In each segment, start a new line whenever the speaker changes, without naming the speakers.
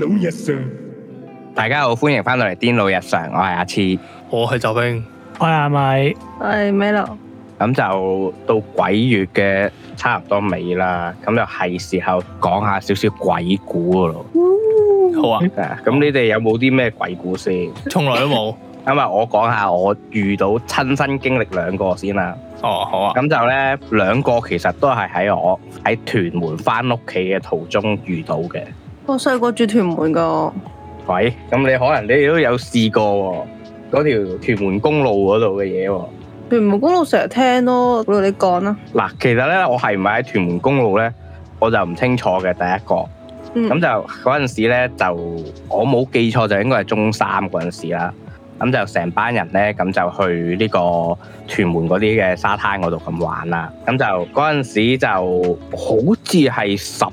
佬日常，
大家好，歡迎翻到嚟《癲佬日常》，我係阿黐。
我係就兵，
我係咪？
係咩咯？
咁就到鬼月嘅差唔多尾啦，咁就係時候講下少少鬼故噶咯。
好啊，
啊咁你哋有冇啲咩鬼故先？
從來都冇。
咁啊，我講下我遇到親身經歷兩個先啦。
哦，好啊，
咁就咧兩個其實都係喺我喺屯門翻屋企嘅途中遇到嘅。
我細個住屯門噶，
喂，咁你可能你哋都有試過喎、嗰條屯門公路嗰度嘅嘢喎。
屯門公路成日聽咯。老你講啦，
嗱，其實咧，我係唔係喺屯門公路咧，我就唔清楚嘅。第一個，咁、
嗯
就嗰陣時咧，就我冇記錯就應該係中三嗰陣時啦。咁就成班人咧，咁就去呢個屯門嗰啲嘅沙灘嗰度咁玩啦。咁就嗰陣時就好似係十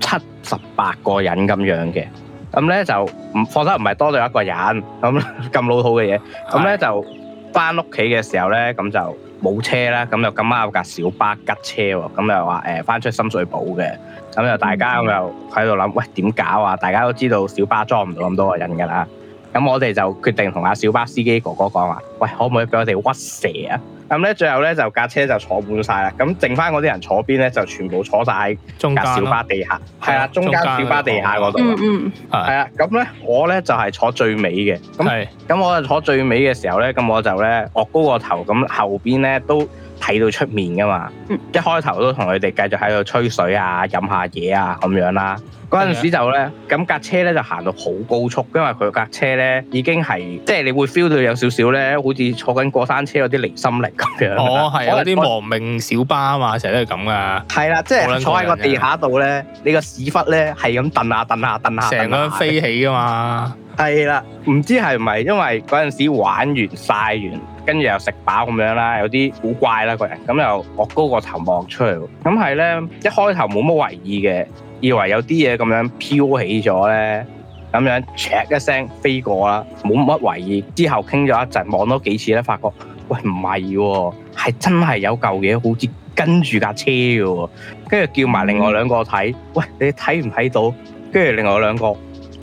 七、十八個人咁樣嘅。咁咧就唔放心，唔係多咗一個人咁 咁老土嘅嘢。咁咧就翻屋企嘅時候咧，咁就冇車啦，咁就咁啱有架小巴吉車喎，咁就話誒翻出深水埗嘅，咁就大家咁就喺度諗，喂點搞啊？大家都知道小巴裝唔到咁多個人㗎啦，咁我哋就決定同阿小巴司機哥哥講話，喂可唔可以俾我哋屈蛇啊？咁咧最後咧就架車就坐滿晒啦，咁剩翻嗰啲人坐邊咧就全部坐晒喺
中間
架小
啦
巴地下，係啦，
中
啊中
間
間小巴地下嗰度
嗯
啦，
嗯，
係啊，咁咧我咧就係坐最尾嘅，咁。
係
咁我就坐最尾嘅時候咧，咁我就咧昂高個頭，咁後邊咧都睇到出面噶嘛。
嗯
一開頭都同佢哋繼續喺度吹水啊、飲下嘢啊咁樣啦。嗰陣時就咧，咁架車咧就行到好高速，因為佢架車咧已經係即係你會 feel 到有少少咧，好似坐緊過山車有啲離心力咁樣。
我哦係
可
有
能
啲亡命小巴啊嘛，成日都係咁噶，
係啦，即
冇
係
撚
坐喺個
過癮嘅
地下度咧，你個屎忽咧係咁蹬下蹬下蹬下，
成個人
蹬下
飛起噶嘛，
係啦，唔知係咪因為嗰陣時玩完晒完，跟住又食飽咁樣啦，有啲古怪啦個人，咁又昂高個頭望出去喎，咁係咧一開頭冇乜為意嘅，以為有啲嘢咁樣飄起咗咧，咁樣 check 一聲飛過啦，冇乜為意。之後傾咗一陣，望多幾次咧，發覺喂唔係喎，係真係有嚿嘢好似跟住架車嘅喎，跟住叫埋另外兩個睇，喂你睇唔睇到？跟住另外兩個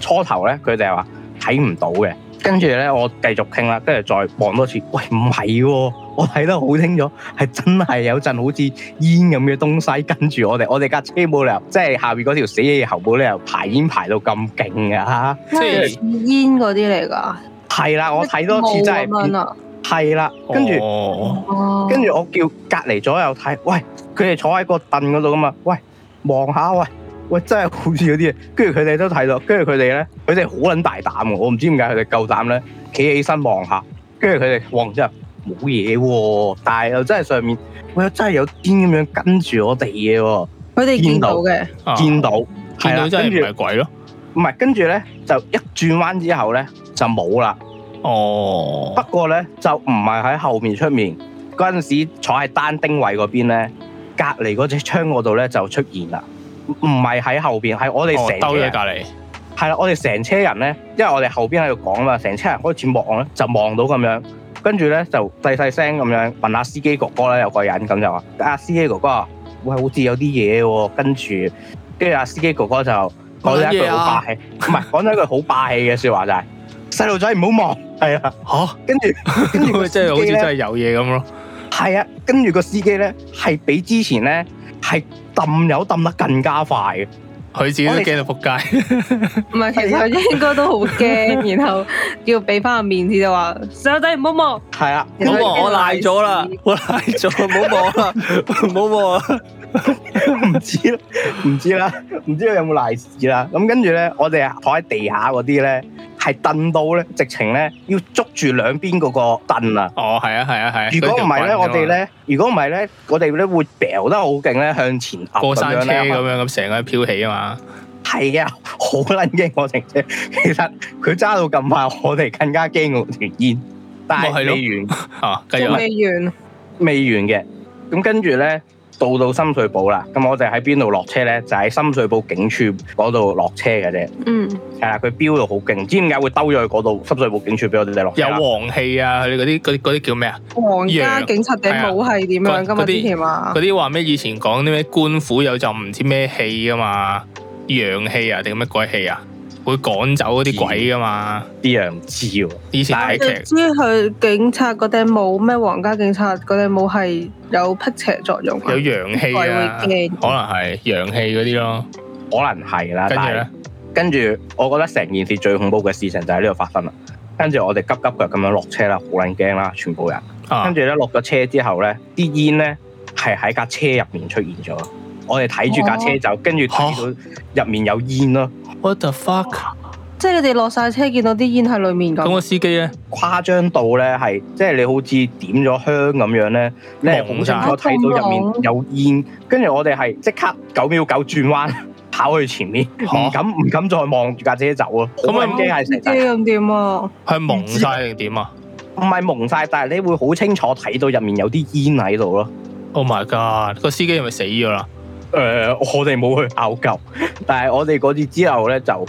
初頭咧，佢哋係話。睇唔到嘅。跟住咧，我繼續傾啦，跟住再望多次，喂唔係喎，我睇得好清楚，係真係有陣好似煙咁嘅東西跟住我哋，我哋架車冇理由，即係下邊嗰條死嘢喉冇理由排煙排到咁勁㗎。
即係似煙嗰啲嚟㗎。
係啦，我睇多次真
霧咁樣
係
啊！
係啦，跟住。
住
哦，
跟住我叫隔離左右睇，喂，佢哋坐喺個凳嗰度噶嘛，喂，望下，喂，喂，真係好似嗰啲嘢，跟住佢哋都睇到，跟住佢哋咧，佢哋好撚大膽喎，我唔知點解佢哋夠膽咧，企起身望下，跟住佢哋望完之後冇嘢喎，但係又真係上面，喂，真係有癲咁樣跟住我哋嘅喎，
佢哋見到嘅，
見到，係
啊見
啦，
到真
跟
係唔
住
係鬼咯，
唔係，跟住咧就一轉彎之後咧就冇啦。不
哦，
過咧就唔係喺後面出面，嗰陣時坐喺單丁位嗰邊咧，隔離嗰隻窗嗰度咧就出現啦。唔係喺後邊，係我哋
哦
成
兜
車
咗
人
隔離，
係啦，我哋成車人咧，因為我哋後邊喺度講啊嘛，成車人開始望咧，就望到咁樣，跟住咧就細細聲咁樣問下司機哥哥咧，有個人咁就話：啊，司機哥哥啊，喂，好似有啲嘢喎。跟住，跟住阿司機哥哥就講咗一句好 霸氣，唔係講咗一句好霸氣嘅説話就係、細路仔唔好望，係啦，
嚇，
跟住跟住個
咁即係好
司
似
機
真
呢
係有嘢咁咯，
係啊，跟住個司機咧係比之前咧係揼油揼得更加快嘅。
佢自己都
我哋
驚到仆街，
唔係其實佢應該都好驚，然後要俾翻個面子就話細路仔唔好望，
係啊，
其實佢驚
我賴咗，唔好望啦，唔好望啊，
唔知 啦，唔知啦，唔知佢有冇賴屎啦。咁跟住咧，我哋坐喺地下嗰啲咧係凳到咧，直情咧要捉住兩邊嗰個凳啊！
哦，係啊，係啊，係啊，
如果唔係咧，
嗰條棍㗎嘛
我哋咧，如果唔係咧，我哋咧會掉得好勁咧，向前壓
過山
咁
車
樣
咁
咧。
樣咁成個人飄起啊嘛。
係啊，好撚驚我停車。其實佢揸到咁快，我哋更加驚我團煙。但
咪係
係
咯
未完
啊，繼
仲
續
未完，
未完嘅。咁跟住咧，到到深水埗啦。咁我哋喺邊度落車咧？就喺深水埗警署嗰度落車嘅啫。
嗯，
係啦，佢飆到好勁，唔知點解會兜咗去嗰度深水埗警署俾我哋落車
有
啦。
黃氣啊！佢哋嗰啲嗰啲嗰啲叫咩啊？
皇家警察頂帽係點樣㗎
嗰
嘛？
啲
之前話
嗰啲話咩？以前講啲咩官府有陣唔知咩氣噶嘛，陽氣啊定咩鬼氣啊？
會趕走嗰啲鬼噶嘛。
啲人唔知喎，
以前睇劇
知佢警察嗰頂帽咩？皇家警察嗰頂帽係有辟邪作用啊，
有陽氣啊，可
鬼會
能
驚
係陽氣嗰啲咯。
可能係啦，但
跟住
係
咧，
跟住，我覺得成件事最恐怖嘅事情就喺呢度發生啦。跟住我哋急急腳咁樣落車啦，好撚驚啦，全部人。
啊
跟住咧落咗車之後咧，啲煙咧係喺架車入面出現咗。我哋睇
哦
住架車走，跟住睇到入面有煙咯，
，what the fuck？
即係你哋落晒車見到啲煙喺裡面
咁
咁。
個司機咧，
誇張到咧係即係你好似點咗香咁樣咧，你係好清
蒙晒
啊
楚睇到入面有煙。跟住我哋係即刻九秒九轉彎 跑去前面，
嚇
唔敢唔敢再望住架車走啊！好
咁咪
撚驚係成
唔知咁點啊？
佢蒙晒定點啊
唔係蒙晒，但係你會好清楚睇到入面有啲煙喺度咯。
？Oh my god！個司機係咪死咗啦？
誒、我哋冇去拗究，但係我哋嗰次之後咧就誒、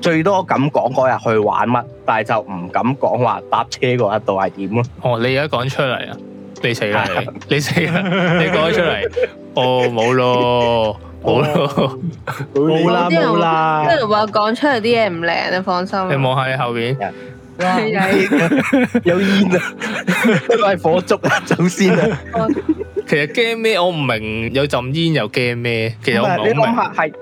最多敢講嗰日去玩乜，但係就唔敢講話搭車嗰一度係點咯。
哦，你而家講出嚟啊！你死啦你，你死啦！你講出嚟，哦冇咯，冇咯，
冇啦
啲人
冇啦
即，係話講出嚟啲嘢唔靚，你放心啊。
你望下你後邊，
係啊
有煙啊，不過係火燭 啊，走先啊。
其實驚咩？我唔明，有陣煙又驚咩？其實我
唔係
唔
啊你
係
諗
好
下係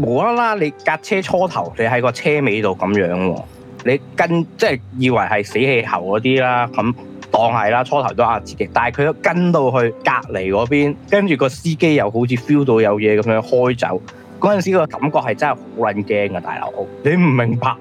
無啦啦，你架車初頭你喺個車尾度咁樣喎，你跟即係以為係死氣喉嗰啲啦，咁當係啦，初頭都呃自己，但係佢都跟到去隔離嗰邊，跟住個司機又好似 feel 到有嘢咁樣開走。嗰陣時個感覺係真係好撚驚啊，大佬！你唔明白，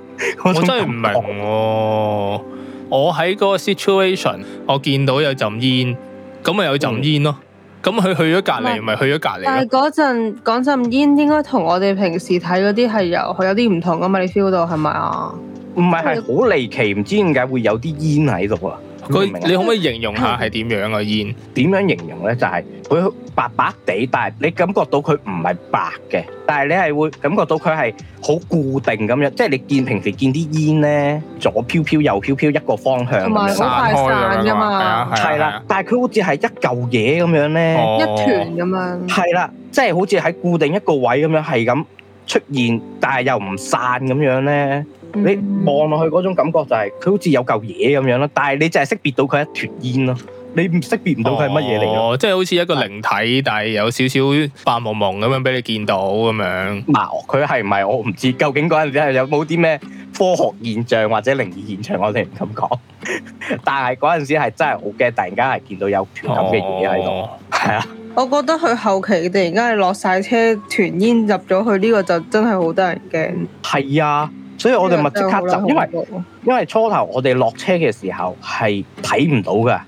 我
明，我真係唔明喎。我喺嗰個 situation，我見到有陣煙，咁咪有陣煙咯。咁佢去咗隔離，咪去咗隔離咯
但係。嗰陣嗰陣煙應該同我哋平時睇嗰啲係有佢有啲唔同噶嘛？你 feel 到係咪啊？
唔係係好離奇，唔知點解會有啲煙喺度啊！
佢
明唔明啊
你可唔可以形容下係點樣啊？煙
點樣形容咧？就係、佢白白地，但係你感覺到佢唔係白嘅，但係你係會感覺到佢係好固定咁樣，即係你見平時見啲煙咧，左飄飄右飄飄一個方向
同埋
咁
好
樣，
快散㗎嘛
係啊係啊
係
係
啦
啊。。
但係佢好似係一嚿嘢咁樣咧，
一
哦
團咁樣。
係啦、即係好似喺固定一個位咁樣係咁出現，但係又唔散咁樣咧。你
嗯
望落去嗰種感覺就係、佢好似有嚿嘢咁樣咯，但係你就係識別到佢一團煙咯，你唔識別唔到佢係乜嘢嚟嘅。
哦，即係好似一個靈體，但係有少少白蒙蒙咁樣俾你見到咁樣。
嗱，佢係唔係我唔知，究竟嗰陣時係有冇啲咩科學現象或者靈異現象，我哋唔敢講。 但係嗰陣時係真係好驚，突然間係見到有團咁嘅嘢喺度，
度，
係啊，
我覺得佢後期突然間係落晒車團煙入咗去，呢、個就真係好得人驚。
係啊，所以我哋咪即刻走，因為
為
因為初頭我哋落車嘅時候係睇唔到㗎，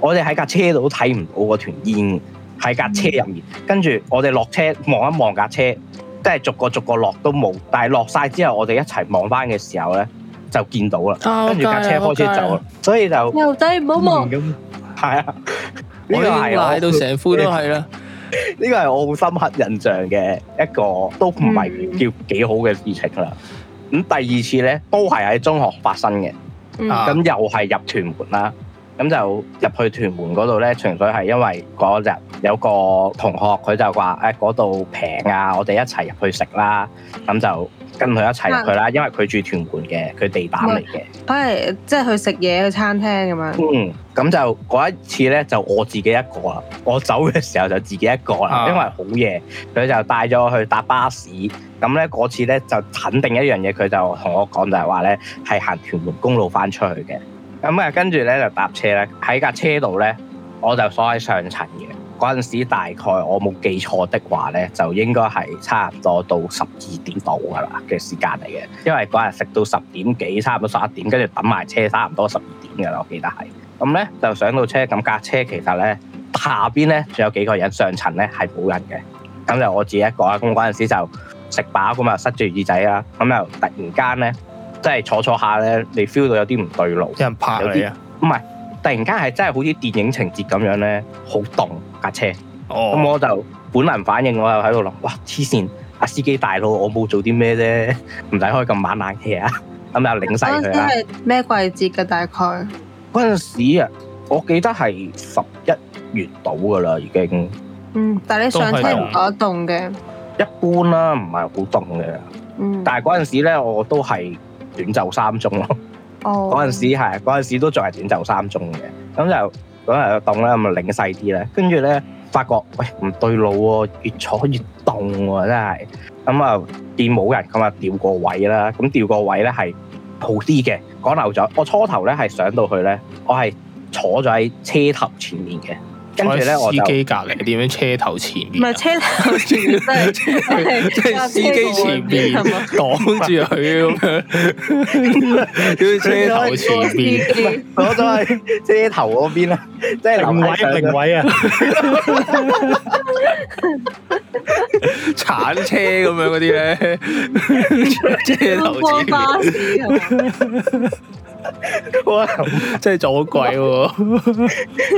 我哋喺架車度都睇唔到嗰團煙喺架車入面。跟住我哋落車望一望架車，即係逐個逐個落都冇，但係落晒之後，我哋一齊望翻嘅時候咧，就見到啦。
哦
跟住架車開
啊
始走啦，所以就
牛仔唔好望，
咁係啊。呢
我已
個
經
係
賴到
我
成副都係啦。
呢個係我好深刻印象嘅一個都唔係叫幾好嘅事情啦。咁第二次咧都係喺中學發生嘅，
嗯
啊
咁又係入屯門啦。咁就入去屯門嗰度咧，純粹係因為嗰日有個同學佢就話誒嗰度平啊，我哋一齊入去食啦。咁就跟佢一齊入去啦，因為佢住屯門嘅，佢地膽嚟嘅。
反而即係去食嘢去餐廳咁樣。
嗯，咁就嗰一次咧，就我自己一個啦。我走嘅時候就自己一個啦，
啊
因為好夜，佢就帶咗我去搭巴士。咁咧嗰次咧就肯定一樣嘢，佢就同我講就係話咧係行屯門公路翻出去嘅。咁啊，跟住咧就搭車咧，喺架車度咧，我就坐喺上層嘅。嗰陣時大概我冇記錯的話咧，就應該係差唔多到十二點到㗎啦嘅時間嚟嘅，因為嗰日食到十點幾，差唔多十一點，跟住等埋車，差唔多十二點㗎啦，我記得係。咁咧就上到車，咁架車其實咧下邊咧仲有幾個人，上層咧係冇人嘅，咁就我自己一個啦。咁嗰陣時就食飽咁啊，塞住耳仔啦，咁又突然間咧，即係坐坐下咧，你 feel 到有啲唔對路，
有人拍你啊！
唔係突然間係真係好似電影情節咁樣咧，好凍架車。咁
哦，
我就本能反應，我又喺度諗，哇黐線！阿司機大佬，我冇做啲咩啫， 唔使開咁猛冷氣啊！ 咁就擰晒
嗰陣
佢
時
啦。
哦係咩季節嘅大概？
嗰陣時啊，我記得係十一月到噶啦，已經
嗯，但係你上車唔覺得凍嘅，
一般啦，唔係好凍嘅。
嗯，
但係嗰陣時咧，我都係短袖衫中咯。嗰
嗰
陣時係嗰陣時都仲係短袖衫中嘅，咁就嗰日就凍啦，咁咪領細啲咧，跟住咧發覺喂唔對路喎，越坐越凍喎，真係咁啊見冇人咁啊調個位啦，咁調個位咧係好啲嘅，講漏咗，我初頭咧係上到去咧，我係坐咗喺車頭前面嘅，跟住咧我
司
就
機隔離點樣車頭前
唔係
面，啊
車頭前面，真係
即係司機前面
係嘛
擋住佢咁樣，
要車
車頭前面，
司機
坐咗喺車頭嗰邊啦，即係
定
臨喺上
位定位啊，
鏟車咁樣嗰啲咧， 車頭
觀
前
光巴士係嘛
嗰個
面，真係撞鬼喎！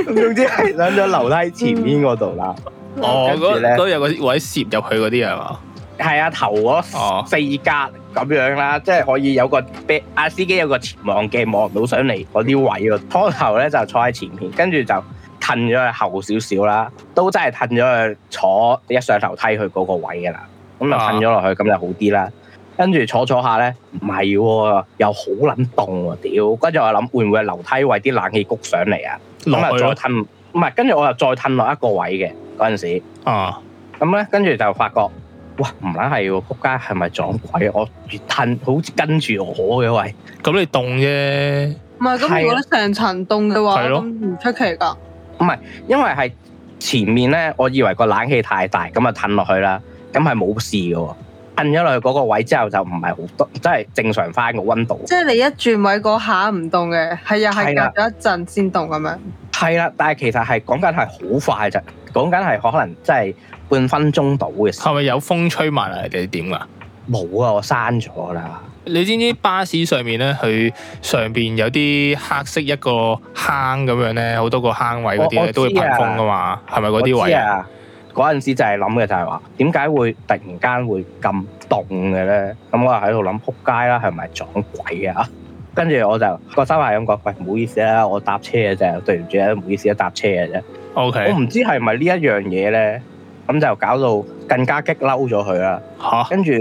總之係上咗樓梯前面嗰度啦。
哦，
跟住
嗰
咧
嗰有個位攝入去嗰啲係嘛？
係啊，頭嗰
哦
四格咁樣啦，即係可以有個啤啊司機有個潛望鏡望到上嚟嗰啲位喎。初頭咧就坐喺前面，跟住就褪咗去後少少啦，都真係褪咗去坐一上樓梯去嗰個位噶啦。咁就
啊
褪咗落去，咁就好啲啦。跟住坐坐下咧，唔係喎，又好撚凍喎，屌！跟住我諗會唔會係樓梯位啲冷氣谷上嚟啊？咁
落
啊
去
再
咯
褪，唔係，跟住我又再褪落一個位嘅嗰陣時。
啊！
咁咧，跟住就發覺，哇，唔撚係喎，仆街係咪撞鬼？我越褪，好似跟住我嘅喂，
咁你凍啫，
唔係咁，如果成層凍嘅話，
係咯
咁唔出奇㗎。
因為係前面咧，我以為個冷氣太大，咁啊褪落去啦，咁係冇事嘅喎。褪咗落去嗰個位之後就唔係好多，即係正常翻個温度。
即係你一轉位嗰下唔凍嘅，係又係
係啦
隔咗一陣先凍咁樣。
係啦，但係其實係講緊係好快啫，講緊係可能即係半分鐘到嘅事。
係咪有風吹埋嚟定係點㗎？
冇啊，我刪咗啦。
你知唔知巴士上面咧，佢上邊有啲黑色一個坑咁樣咧，好多個坑位嗰啲
我我知啊
咧都會噴風噶嘛？係咪嗰啲
我
位
知
啊？
啊，嗰陣時就係諗嘅就係話，點解會突然間會咁凍嘅咧？咁我喺度諗，撲街啦，係咪撞鬼啊？跟住我就個心係咁講，喂，唔好意思啦，我搭車嘅啫，對唔住啊，唔好意思啊，搭車嘅啫。
O K
我唔知係咪呢一樣嘢咧，咁就搞到更加激嬲咗佢啦。
吓，
跟住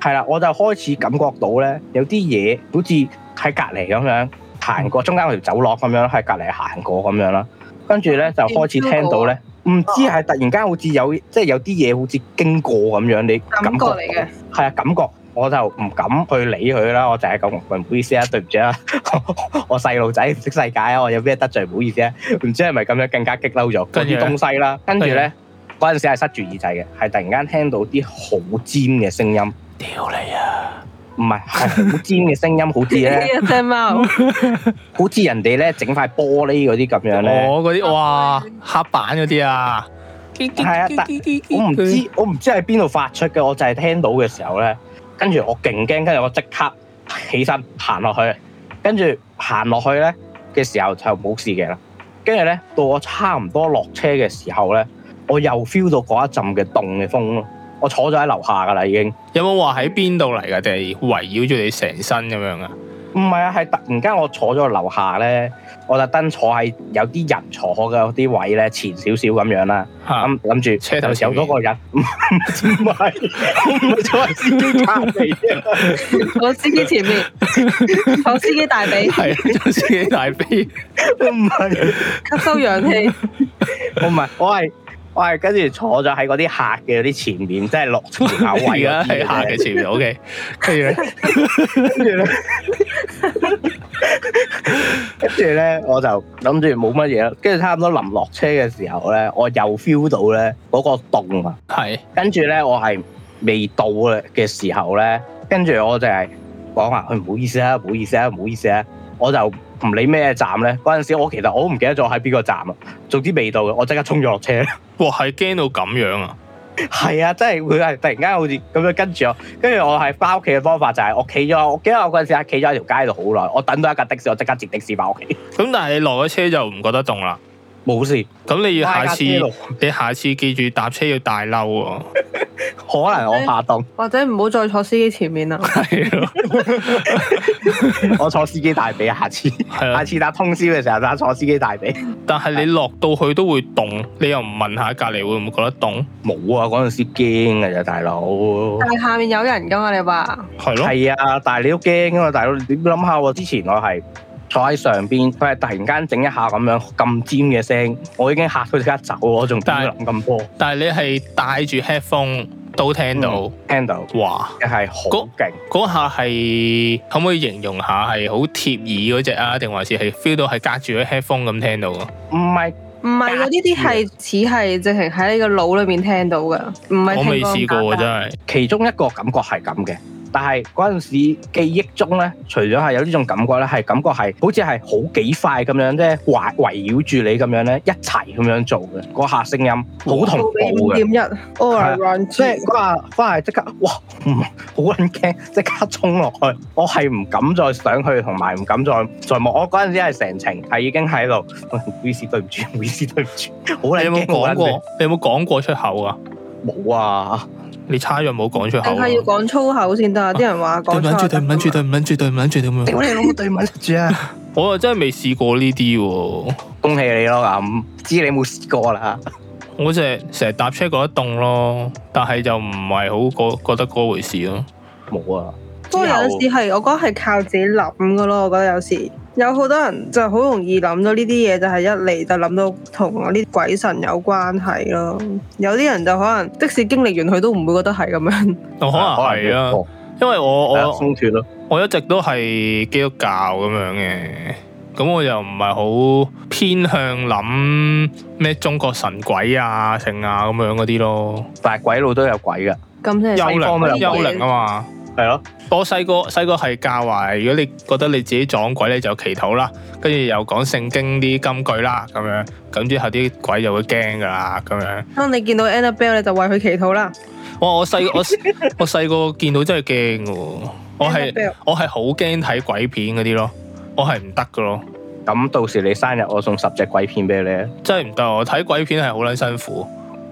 係啦，我就開始感覺到咧，有啲嘢好似喺隔離咁樣行過，中間嗰條走廊咁樣喺隔離行過咁樣啦。跟住咧就開始聽哦到咧，唔知係突然間好似有即係有啲嘢好似經過咁樣，你
感
感
覺
覺
嚟嘅，
係啊感覺。我就唔敢去理佢啦，我就係咁，喂唔好意思啊，對唔住啊， 我細路仔唔識世界啊，我有咩得罪唔好意思啊，唔知係咪咁樣更加激嬲咗嗰
跟住
啲
呢
東西啦，跟住
跟
咧嗰陣時係塞住耳仔嘅，係突然間聽到啲好尖嘅聲音。
屌你啊！
唔係，係好尖嘅聲音，好似
呢
咧，
一隻貓，
好似人哋咧整塊玻璃嗰啲咁樣咧。
我嗰啲哇黑板嗰啲啊，
係啊，但我唔知，我唔知喺邊度發出嘅，我就係聽到嘅時候咧，跟住我勁驚，跟住我即刻起身行落去，跟住行落去咧嘅時候就冇事嘅啦。跟住咧，到我差唔多落車嘅時候咧，我又 feel 到嗰一陣嘅凍嘅風咯。我坐咗喺樓下噶啦，已經。
有冇話喺邊度嚟㗎？定係圍繞住你成身咁樣啊？
唔係啊，係突然間我坐咗樓下咧，我特登坐喺有啲人坐嘅嗰啲位咧前少少咁樣啦，
吓
咁諗住
車頭前
有
面
嗰個人，唔係，我唔係坐喺司機隔離啊，
我司機前面，我司機大髀
係啊，就司機大飛，
唔係，
吸收氧氣，
我唔係，我係我係跟住坐咗喺嗰啲客嘅嗰啲前面，即係落前口
而
位
家
嗰
喺
啲
下
嘅
嘅前面。O K，跟住咧
跟住咧，跟住咧，我就諗住冇乜嘢啦。跟住差唔多臨落車嘅時候咧，我又 feel 到咧嗰個凍啊！
係
跟住咧，我係未到嘅時候咧，跟住我就係講話，佢、唔好意思啊，唔好意思啊，唔好意思啊，我就唔理咩站咧。嗰陣時我其實我都唔記得咗喺邊個站啦，總之未到嘅，我即刻衝咗落車。
哇係驚到咁樣啊！
係啊，真係佢係突然間好似咁樣跟住我，跟住我係翻屋企嘅方法就係我企咗，我記得我嗰陣時係企咗喺條街度好耐，我等到一架的士，我即刻截的士翻屋企，
咁但係你落咗車就唔覺得凍啦。
冇事。
咁你要
拉
下次
架車路
你下次記住搭車要大褸 喎，
可能我怕凍，
或者唔好再坐司機前面啦。
係咯，
我坐司機大髀，下次
系啊
下，次打通宵嘅時候打坐司機大髀。
但係你落到去都會凍，你又唔問下隔離會唔會覺得凍？
冇啊，嗰陣時驚嘅咋，大佬。
但係下面有人㗎嘛？你話
係咯，
係啊，但係你都驚啊嘛，大佬。你諗下喎，之前我係坐喺上邊，佢係突然間整一下咁樣咁尖嘅聲，我已經嚇到即刻走，我仲點
但係
諗咁多？
但係你係戴住 headphone 都聽到，
聽到
哇！
係好勁，
嗰下係可唔可以形容下係好貼耳嗰只啊？定還是係 feel 到係隔住個 headphone 咁聽到啊？
唔係
唔係嘅，呢啲係似係直情喺你個腦裏面聽到㗎，唔係
我未試
聽
過
過
啊，
咁簡
真
單
係。
其中一個感覺係咁嘅，但係嗰陣時記憶中咧，除咗係有呢種感覺咧，係感覺係好似係好幾塊咁樣咧，圍圍繞住你咁樣咧，一齊咁樣做嘅嗰下聲音，好同
報俾
步
五
嘅。
點一，all 哦
係啊
around
即係嗰下，嗰下係即刻，哇！唔好撚驚，即刻衝落去。我係唔敢再上去，同埋唔敢再再望。我嗰陣時係成程係已經喺度，喂唔好意思，對唔住，唔好意思，對唔住，好撚
你有冇
驚，好撚
講
亂
過？你有冇講過出口啊？
冇啊！
你差咗冇講出口
定
啊。
係要講粗口先得啊！啲人話講粗口得㗎嘛，
對唔撚住，對唔撚住咁樣。
屌你老母對唔住啊！
我又真係未試過呢啲喎，
恭喜你咯咁，知你冇試過啦。
我就係成日搭車覺得凍咯，但係就唔係好覺覺得嗰回事咯。
冇啊，
不過有陣時係，我覺得係靠自己諗噶咯。我覺得有時有好多人就好容易諗到呢啲嘢，就係一嚟就諗到同呢啲鬼神有關係咯。有啲人就可能即使經歷完佢都唔會覺得係咁樣。
我可能係啊，因為
可
我
哦能係啊，
我
鬆脱咯。
我一直都係基督教咁樣嘅，咁我又唔係好偏向諗咩中國神鬼啊、成啊咁樣嗰啲咯，
但係鬼佬都有鬼噶，
咁
幽
即係
西方都有
靈幽靈啊嘛。
係咯，
我細個細個係教話，如果你覺得你自己撞鬼咧，就祈禱啦，跟住又講聖經啲金句啦，咁樣，咁之後啲鬼就會驚噶啦，咁樣。
當你見到 Annabelle，你就為佢祈禱啦。
哇！我細我我細個見到真係驚嘅喎，我係
Annabelle
我係好驚睇鬼片嗰啲咯，我係唔得嘅咯，
咁到時你生日我送十隻鬼片俾你啊。
真係唔得。我睇鬼片係好撚辛苦，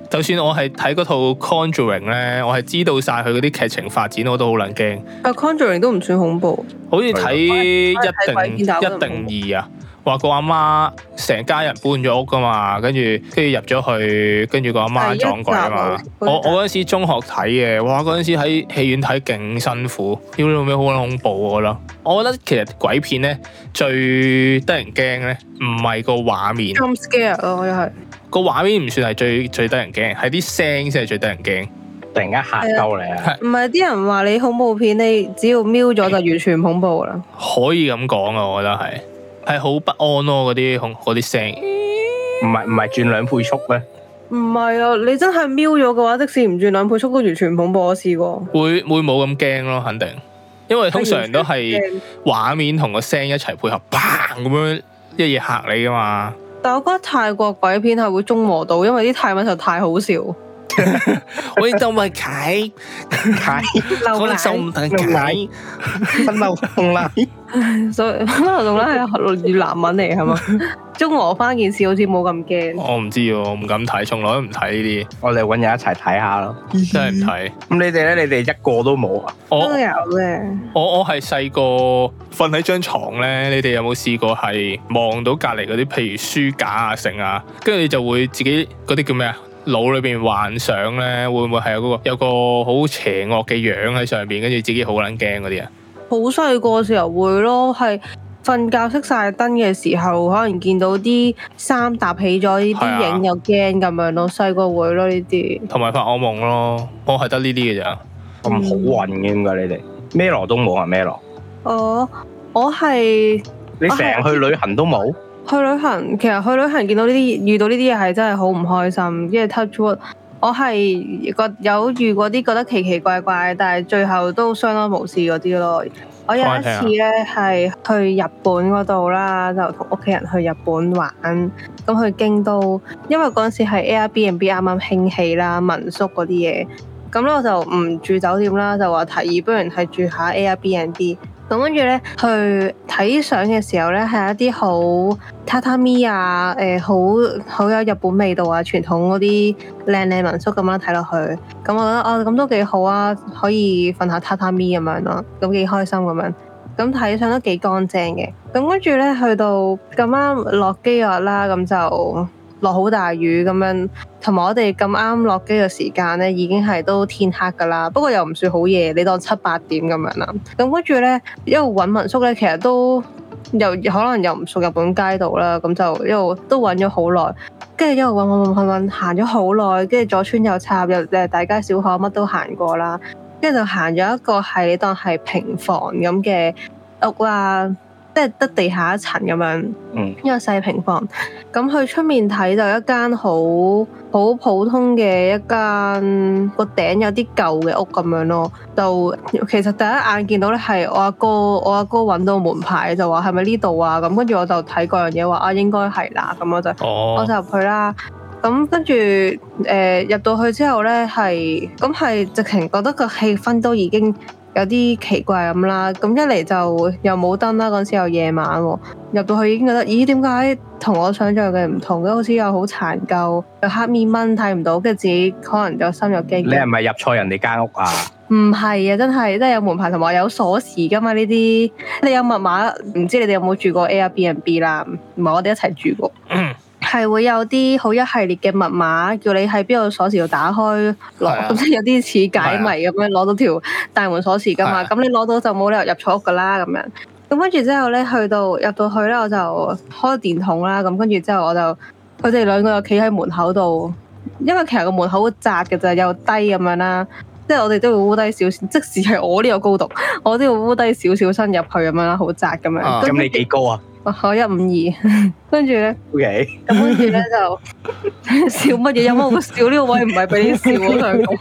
就算我係睇嗰套 Conjuring 咧，我係知道晒佢嗰啲劇情發展，我都好撚驚。
啊，Conjuring 都唔算恐怖，
好似睇一
係睇鬼
定
片但我都唔
一定二啊，話個阿媽成家人搬咗屋噶嘛，跟住跟住入咗去，跟住個阿媽撞鬼啊嘛
第一集。
我
啊
我嗰陣時中學睇嘅，哇！嗰陣時喺戲院睇勁辛苦，屌你老味好撚恐怖我覺得。我覺得其實鬼片咧最得人驚咧，唔係個畫面，
jump scare 咯，又係。
個畫面唔算係最最得人驚，係啲聲先係最得人驚。
突然間嚇鳩你啊！
唔係啲人話你恐怖片，你只要瞄咗就完全唔恐怖啦。
可以咁講啊，我覺得係係好不安咯，嗰啲恐嗰啲聲。
唔係唔係轉兩倍速咩？
唔係啊，你真係瞄咗嘅話，即使唔轉兩倍速都完全唔恐怖，我試過。
會會冇咁驚咯，肯定，因為通常都係
驚
畫面同個聲一齊配合，砰咁樣一嘢嚇你噶嘛。
但我覺得泰國鬼片係會中和到，因為啲泰文實在太好笑。
我哋就咪解，
流奶，
得
牛奶， 不嬲紅奶。
所以可能仲咧係越南文嚟 係嘛？中和翻件事好似冇咁驚。
我唔知喎，我唔敢睇，從來都唔睇呢
我哋揾人一齊睇下咯。
啲，真係唔睇。
咁你哋咧，你哋一個都冇啊？
都
我
有嘅，
我我係細個瞓喺張床咧，你哋有冇試過係望到隔離嗰啲，譬如書架啊、剩啊，跟住你就會自己嗰啲叫咩啊？腦裏邊幻想咧，會唔會係有嗰個有個好邪惡嘅樣喺上邊，跟住自己好撚驚嗰啲啊？
好細個時候會咯，係瞓覺熄晒燈嘅時候，可能見到啲衫搭起咗呢
係啊
啲影又驚咁樣咯。細個會咯呢啲，
同埋發惡夢咯，我係得呢啲嘅咋。
咁好運嘅點解你哋？咩羅都冇啊？咩羅？
我哦我係
你成日去旅行都冇？
去旅行，其實去旅行見到呢啲遇到呢啲嘢係真係好唔開心，因為 touch wood，我係覺有遇過啲覺得奇奇怪怪，但係最後都相安無事嗰啲咯。我有一次咧係去日本嗰度啦，就同屋企人去日本玩，咁去京都，因為嗰陣時係 Airbnb 啱啱興起啦，民宿嗰啲嘢，咁咧我就唔住酒店啦，就話提議不如係住下 Airbnb。咁跟住咧，去睇相嘅時候咧，係一啲好榻榻米啊，誒、好好有日本味道啊，傳統嗰啲靚靚民宿咁啦，睇落去，啊咁我覺得哦，咁都幾好啊，可以瞓下榻榻米咁樣咯，咁幾開心咁樣。咁睇上都幾乾淨嘅。咁跟住咧去到咁啱落機嗰日啦，咁就落好大雨咁樣，同埋我哋咁啱落機嘅時間咧已經係都天黑㗎啦，不過又唔算好夜，你當七八點咁樣啦。咁跟住咧一路揾民宿咧，其實都又可能又唔熟日本街道啦，咁就一路都揾咗好耐。跟住一路揾揾揾揾揾，行咗好耐，跟住左穿右插，又誒大街小巷乜都行過啦，跟住就行咗一個係你當係平房咁嘅屋啦，即係得地下一層咁樣，
嗯
一個細平房。咁佢出面睇就一間好好普通嘅一間個頂有啲舊嘅屋咁樣咯，就其實第一眼見到咧係我阿哥，我阿哥揾到門牌就話係咪呢度啊？咁跟住我就睇嗰樣嘢話啊應該係啦，咁我就。我
哦
就入去啦。咁跟住誒入到去之後咧，係咁係直情覺得個氣氛都已經有啲奇怪咁啦。咁一嚟就又冇燈啦，嗰陣時又夜晚喎。入到去已經覺得，咦點解同我想象嘅唔同嘅？好似又好殘舊，又黑面蚊睇唔到，跟住自己可能有心有驚
你係咪入錯人哋間屋啊？
唔係啊，真係真係有門牌同埋有鎖匙噶嘛呢啲，你有密碼，唔知你哋有冇住過 Airbnb 啦？唔係我哋一齊住過
嗯，
係會有啲好一系列嘅密碼，叫你喺邊度鎖匙度打開
係啊
攞，咁即係有啲似解謎咁樣攞到條大門鎖匙噶
係
嘛，
啊
咁你攞到就冇理由入錯屋噶啦咁樣。咁跟住之後咧，去到入到去咧，我就開電筒啦。咁跟住之後，我就佢哋兩個又企喺門口度，因為其實個門口好窄嘅咋，又低咁樣啦。即係我哋都要烏低少少，即使係我呢個高度， 我都要烏低少少身入去咁樣啦，好窄咁樣。
啊
咁
咁你幾高 啊
我一五二， 跟住咧。
？OK，
咁跟住咧就 笑乜嘢？有乜會笑呢個位唔係俾你笑啊？我想講，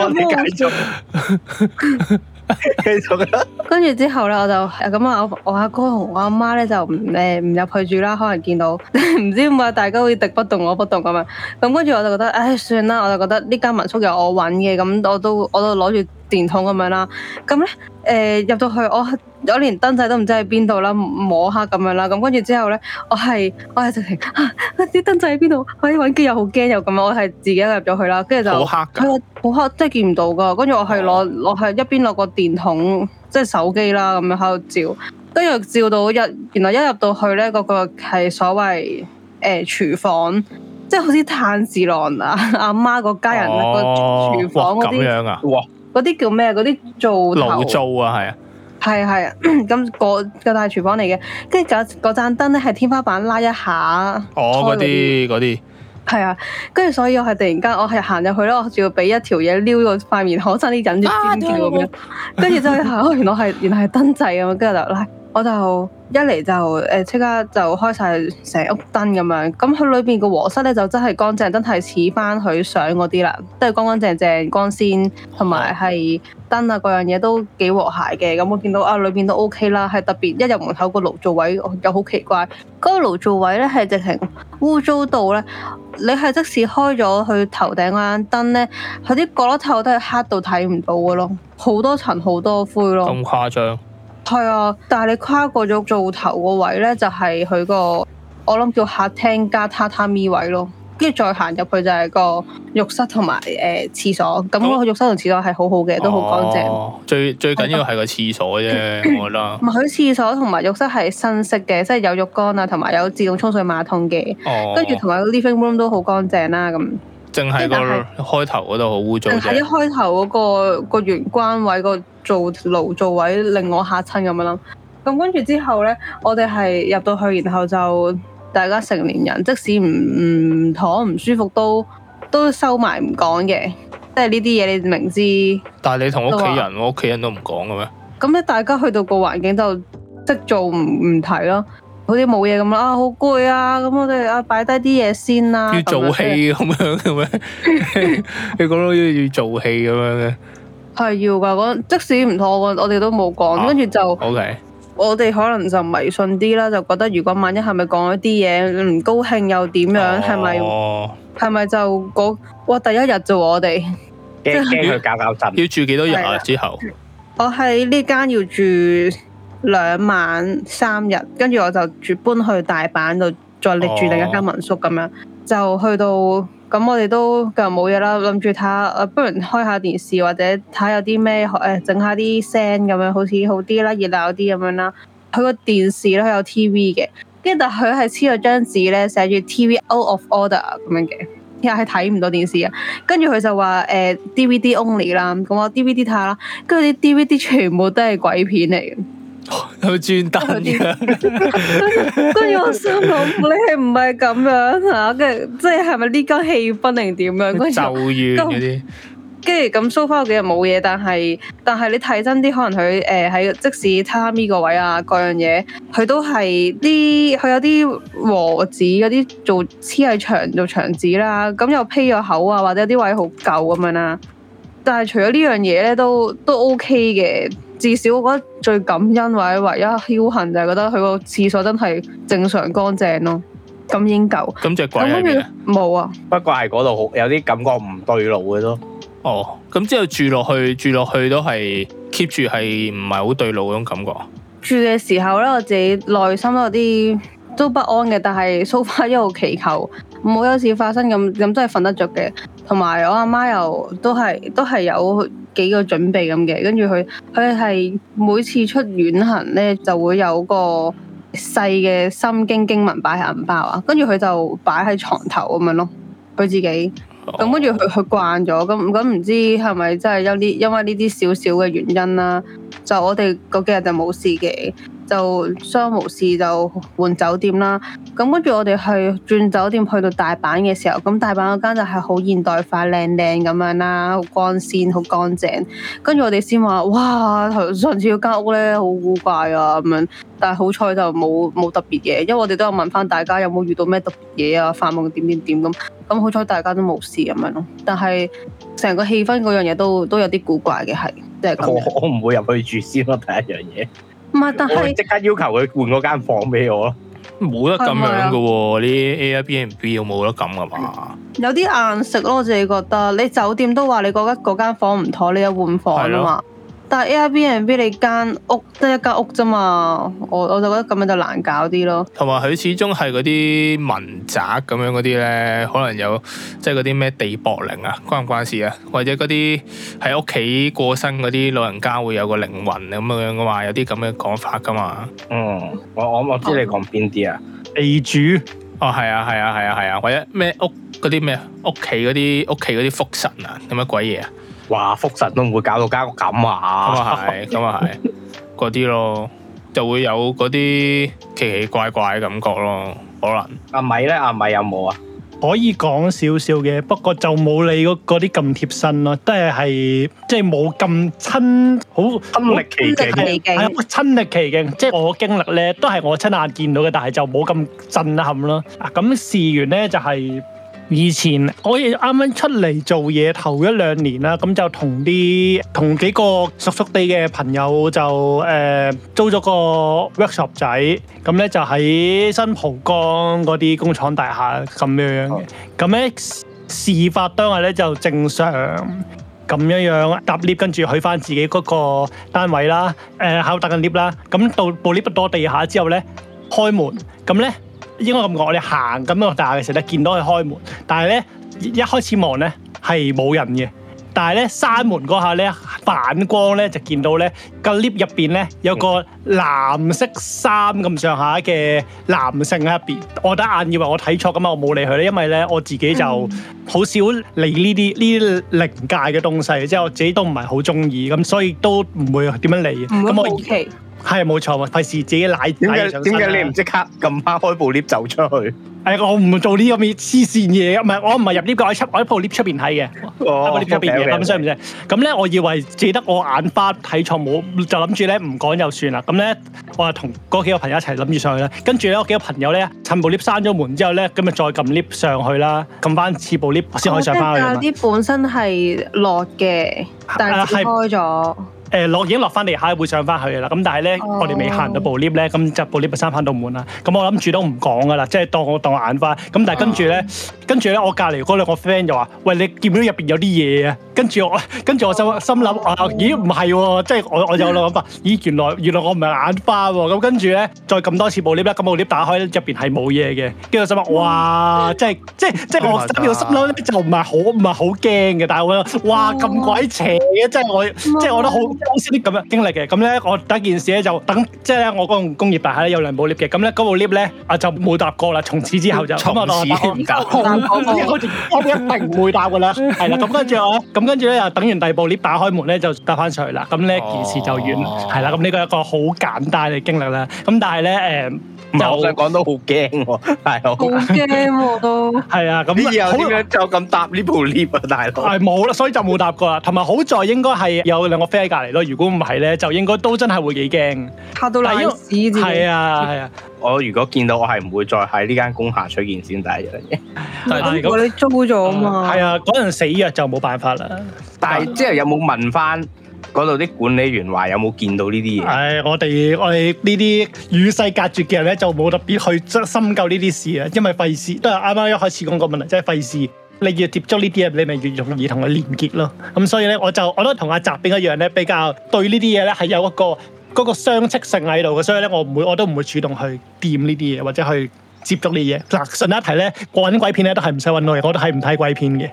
我哋繼續， 繼續啦。
跟住之後咧，我就咁啊，我我阿哥同我阿媽咧就唔誒唔入去住啦，可能見到 唔知點解大家好似敵不動我不動咁樣。咁跟住我就覺得，唉，算啦，我就覺得呢間民宿有我揾嘅，咁我都我都攞住電筒咁樣啦。咁咧誒入到去，我我連燈仔都唔知喺邊度啦，摸下咁樣啦。咁跟住之後咧，我係我係直情啊啲燈仔喺邊度？我揾機又好驚又咁樣，我係自己入咗去啦。跟住
好
就
黑噶，
係啊，好黑，真係見唔到噶。跟住我係
哦
攞攞係一邊攞個電筒，即係手機啦，咁樣喺度照，跟住照到一，原來一入到去咧，嗰、個係所謂誒、呃、廚房，即係好似炭治郎啊阿媽嗰家人個
哦
廚房
哇
嗰
咁
啲
樣啊，
哇，
嗰啲叫咩？嗰啲做
爐
頭。
租啊，係啊，
係係啊，咁嗰個大廚房嚟嘅，跟住嗰嗰盞燈咧係天花板拉一下，
哦嗰
開嗰啲
啲嗰啲，
係啊，跟住所以我係突然間我係行入去啦，我仲要俾一條嘢撩到塊面，我真啲忍住尖叫咁樣，跟住之後一下，哦原來係原來係燈掣咁樣，跟住就拉，我就一嚟就誒即刻就開晒成屋燈咁樣，咁佢裏邊個和室咧就真係乾淨，真係似翻佢相嗰啲啦，都係乾乾淨淨、光鮮，同埋係燈啊嗰樣嘢都幾和諧嘅，咁我見到啊裏邊都 OK 啦，係特別一入門口個爐灶位又好奇怪，嗰、個爐灶位咧係直情污糟到咧。你係即使開咗佢頭頂嗰間燈咧，佢啲角落頭都係黑到睇唔到嘅咯，好多層好多灰咯。
咁誇張，
係啊，但係你跨過咗灶頭個位咧，就係佢個我諗叫客廳加榻榻米位咯。跟住再行入去就係個浴室同埋誒廁所，咁、個浴室同廁所係好好嘅，都好乾淨。
哦最最緊要係個廁所 啫，我覺得
唔，係佢廁所同埋浴室係新式嘅，即係有浴缸啊，同埋有自動沖水馬桶嘅。
哦，
跟住同埋個 living room 都好乾淨啦，咁。
淨係
即
個
係
開頭嗰度好污糟
但係一
啫，
開頭嗰、個個玄關位個做爐做位令我嚇親咁樣啦。咁跟住之後咧，我哋係入到去，然後就大家成年人，即使唔唔妥唔舒服都都收埋唔講嘅，即係呢啲嘢你明知。
但係你同屋企人，
啊
我屋企人都唔講嘅咩？
咁咧，大家去到個環境就即做唔唔提咯，好似冇嘢咁啦。啊，好攰啊！咁我哋啊擺低啲嘢先啦。
要
啊咁
做
樣
戲咁樣嘅 咩？你講到要要做戲咁樣嘅
係要㗎，嗰即使唔妥，我我哋都冇
啊
講，跟住就。
，OK，
我哋可能就迷信啲啦，就覺得如果萬一係咪講一啲嘢唔高興又點樣，係咪
哦，
係咪就嗰哇第一日啫喎我哋，
驚驚佢搞搞震。
要住幾多日
係
啊？
啦
之後，
我喺呢間要住兩晚三日，跟住我就住搬去大阪度，再拎住另一間民宿咁樣，就去到咁我哋都今日冇嘢啦，諗住睇下，啊不如開下電視或者睇下有啲咩誒整下啲聲咁樣，好似好啲啦，熱鬧啲咁樣啦。佢個電視咧佢有 TV 嘅，跟住但佢係黐咗張紙咧寫住 TV out of order 咁樣嘅，又係睇唔到電視啊。跟住佢就話誒、呃 DVD only 啦，咁我 DVD 睇下啦，跟住啲 DVD 全部都係鬼片嚟嘅。
系咪專登嘅？
跟住我心諗，你係唔係咁樣啊？跟住即係係咪呢間氣氛定點樣？跟住
咒怨嗰啲，
跟住咁 so far 幾日冇嘢，但係但係你睇真啲，可能佢誒喺即使榻米個位啊，各樣嘢，佢都係啲佢有啲和紙嗰啲做黐喺牆做牆紙啦，咁又披咗口啊，或者有啲位好舊咁樣啦。但係除咗呢樣嘢咧，都都 OK 嘅。至少我覺得最感恩或者唯一僥倖就係覺得佢個廁所真係正常乾淨咯，咁已經夠。
咁只鬼
咁
喺
跟
邊
住
啊？
冇啊，
不過係嗰度好有啲感覺唔對路嘅咯。
哦，咁之後住落去，住落去都係 keep 住係唔係好對路嗰種感覺。哦
住嘅時候咧，我自己內心都有啲都不安嘅，但係 so far 一路祈求唔好有事發生咁，咁真係瞓得着嘅。同埋我阿媽又都係都係有幾個準備咁嘅，跟住佢佢係每次出遠行咧就會有個細嘅心經經文擺喺銀包啊，跟住佢就擺喺床頭咁樣咯，佢自己。咁跟住佢佢慣咗，咁咁唔知係咪真係有啲因為呢啲少少嘅原因啦，就我哋嗰幾日就冇事嘅，就相無事就換酒店啦。咁跟住我哋去轉酒店去到大阪嘅時候，咁大阪嗰間就係好現代化、靚靚咁樣啦，好光鮮、好乾淨。跟住我哋先話，哇！頭上次嗰間屋咧好古怪啊咁樣，但係好彩就冇冇特別嘢，因為我哋都有問翻大家有冇遇到咩特別嘢啊、發夢點點點咁。咁好彩大家都冇事咁樣咯，但係成個氣氛嗰樣嘢都都有啲古怪嘅，係即係
我
咁樣。
我唔會入去住先咯，第一樣嘢。
唔係，但
哦我會
係
即刻要求佢換嗰間房俾我咯。
冇得咁
係咪
樣
啊
噶喎，啲 Airbnb 有冇得咁噶嘛？
有啲硬食咯，我自己覺得。你酒店都話你嗰間嗰間房唔妥，你有換房啊
係
嘛
咯。
但係 Airbnb 你間屋得一間屋啫嘛，我我就覺得咁樣就難搞啲咯。
同埋佢始終係嗰啲民宅咁樣嗰啲咧，可能有即係嗰啲咩地薄靈啊，關唔關事啊？或者嗰啲喺屋企過身嗰啲老人家會有個靈魂咁樣噶嘛，有啲咁嘅講法噶嘛。
嗯，我我我知你講邊啲啊？
地主
哦，係啊，係啊，係啊，係啊，或者咩屋嗰啲咩屋企嗰啲屋企嗰啲福神啊，咁乜鬼嘢啊？
哇！福神都唔會搞到間屋咁
咁
啊！
啊係，咁啊係，嗰啲咯，就會有嗰啲奇奇怪怪嘅感覺咯，可能。
阿米咧，阿米有冇啊？
可以講少少嘅，不過就冇你嗰嗰啲咁貼身咯，都係係即係冇咁親好。
親歷其境
親歷其境
係啊親歷其境，即係我經歷咧，都係我親眼見到嘅，但係就冇咁震撼咯。啊，咁試完咧就係、以前我亦啱啱出嚟做嘢頭一兩年啦，咁就同啲同幾個熟熟地嘅朋友就誒、呃租咗個 workshop 仔，咁咧就喺新蒲崗嗰啲工廠大廈咁樣嘅，咁咧事發當日咧就正常咁樣樣搭 lift，跟住去翻自己嗰個單位啦，誒喺度搭緊 lift 啦，咁到部 lift 到地下之後咧開門，咁咧應該咁講，我哋行咁落大廈嘅時候咧見到佢開門，但係咧一開始望咧係冇人嘅。但係咧，閂門嗰下咧，反光咧就見到咧個 lift 入邊咧有個藍色衫咁上下嘅男性喺入邊。我第一眼以為我睇錯咁啊，我冇理佢咧，因為咧我自己就好少理呢啲呢啲靈界嘅東西，即係我自己都唔係好中意，咁所以都唔會點樣理。
唔會
咁
好
我
奇，
係冇錯，費事自己賴
點
賴嘢
解
上
點
身啦啊
解你唔即刻撳翻開部 lift 走出去？
係啊我唔做呢咁嘅黐線嘢，唔係我唔係入 lift 嘅，我喺出我喺部 lift 出邊睇嘅。喺
我
我 lift 入邊嘅，咁所以唔知。咁咧，我以為只得我眼花睇錯冇，就諗住咧唔講就算啦。咁咧，我就同嗰幾個朋友一齊諗住上去啦。跟住咧，我幾個朋友咧趁部 lift 閂咗門之後咧，咁咪再撳 lift 上去啦，撳翻次部 lift 先可以上翻去啊
我
嘛
覺。得有啲本身係落嘅，但係只
係
開咗。
誒落已經落翻地下會上翻去嘅啦，咁但係咧
哦
我哋未行到部 lift 咧，咁就部 lift 就閂翻到門啦。咁我諗住都唔講噶啦，即係當我當我眼花。咁但係跟住咧，跟住咧我隔離嗰兩個 friend 就話：喂，你見唔見到入邊有啲嘢啊？跟住我，跟住我就心諗啊，咦唔係喎，即係我我有諗法，咦原來原來我唔係眼花喎，咁跟住咧再撳多次部 lift 啦，咁部 lift 打開入邊係冇嘢嘅，跟住我心諗哇，即係即係即係我心
Oh my
要
God
心諗咧就唔係好唔係好驚嘅，但係我覺得哇咁鬼邪嘅，即係我。即係我都好好似啲咁嘅經歷嘅。咁咧，我第一件事咧就等，即係咧我嗰棟工業大廈咧有兩部 lift 嘅。咁咧嗰部 lift 咧啊就冇搭過啦。從此之後就
從
咁我當
此唔搭
我我我一定唔會搭噶啦。係啦，咁跟住我咧，咁跟住咧又等完第二部 lift 打開門咧就搭翻上去啦。咁呢件事就完啦
哦
係啦。咁呢個一個好簡單嘅經歷啦。咁但係咧
唔係，我
就
想講都好驚喎，大佬。
好驚喎都。
誒係啊，
咁
咁
以後
好
點樣就咁搭呢部 lift 啊，大佬？
係冇啦，所以就冇搭過啦。同埋好在應該係有兩個飛喺隔離咯。如果唔係咧，就應該都真係會幾驚。
嚇到爛屎自
係
己。
啊，係啊。
我如果見到我係唔會再喺呢間工廈取件先第一樣嘢。
但
係
係
咁
我哋租咗啊嘛。
係啊，嗰陣死約就冇辦法啦。
但係之後有冇問翻嗰度啲管理員話有冇見到呢啲嘢？
唉，我哋我哋呢啲與世隔絕嘅人咧，就冇特別去執深究呢啲事啊，因為費事都係啱啱一開始講個問題，即係費事。你越接觸呢啲嘢，你咪越容易同佢連結咯。咁所以咧，我就我都同阿澤邊一樣咧，比較對呢啲嘢咧係有一個嗰個相斥性喺度嘅，所以咧我唔會我都唔會主動去掂呢啲嘢或者去接觸呢啲嘢。嗱，順帶一提咧，我揾鬼片咧都係唔使揾我嘅，我都係唔睇鬼片嘅。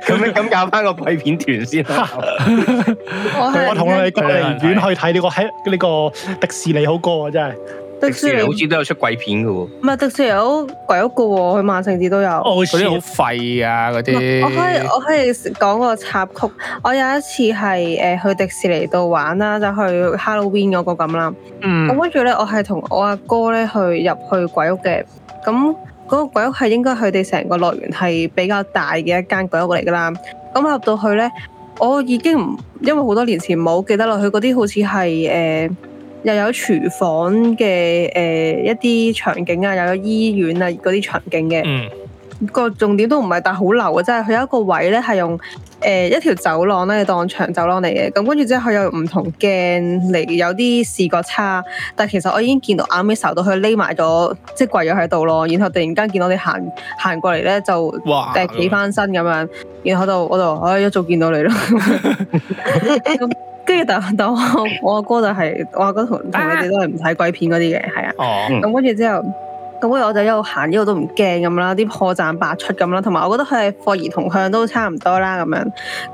咁樣咁搞翻個鬼片團先 啦。
我係
我同你隔離院去睇呢個喺呢個迪士尼好過啊！真係
迪
迪士
士
尼好
尼，
似都有出鬼片嘅喎。
唔係迪士尼有鬼屋嘅喎，佢萬聖節都有。
哦，
嗰啲好廢啊，嗰啲
我可以我可以講個插曲。我有一次係誒、呃去迪士尼度玩啦，就去 Halloween 嗰個咁啦。
嗯
咁跟住咧，我係同我阿哥咧去入去鬼屋嘅。咁嗰個鬼屋係應該佢哋成個樂園係比較大嘅一間鬼屋嚟㗎啦。咁入到去咧，我已經唔因為好多年前冇記得落去嗰啲好似係誒呃又有廚房嘅誒、呃一啲場景啊，又有醫院啊嗰啲場景嘅。
嗯
個重點都唔係但好流嘅，即係佢有一個位咧係用誒、呃一條走廊咧當長走廊嚟嘅，咁跟住之後佢有唔同鏡嚟，有啲視覺差，但其實我已經見到眼尾睄到佢匿埋咗，即係跪咗喺度咯，然後突然間見到你行行過嚟咧就。
哇
誒企翻身咁樣，然後就我就唉一早見到你咯，咁跟住但但我我阿哥就係、我阿哥同同你哋都係唔睇鬼片嗰啲嘅，係啊。
哦
咁跟住之後，咁跟住我就一路行一路都唔驚咁啦，啲破綻百出咁啦，同埋我覺得佢係貨兒同向都差唔多啦咁樣。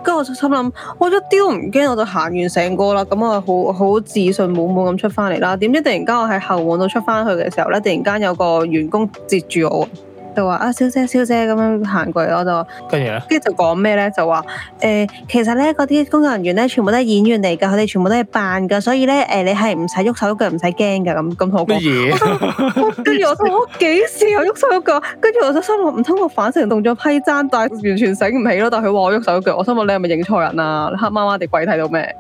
跟住我就心諗，我一啲都唔驚，我就行完成個啦，咁啊我好好自信滿滿咁出翻嚟啦。點知突然間我喺後門度出翻去嘅時候咧，突然間有個員工截住我。就話啊，小姐小姐咁樣行過嚟，我就話
跟住咧
跟住就講咩咧？就話誒、其實咧嗰啲工作人員咧，全部都係演員嚟㗎，佢哋全部都係扮㗎，所以咧誒、你係唔使喐手喐腳，唔使驚㗎，咁咁同我講
乜。嘢？
跟住 我心諗我幾時有喐手喐腳？跟住我就心諗唔通我反成動作批踭，但係完全醒唔起咯。但係佢話我喐手喐腳，我心諗你係咪認錯人啊？你黑麻麻地鬼睇到咩？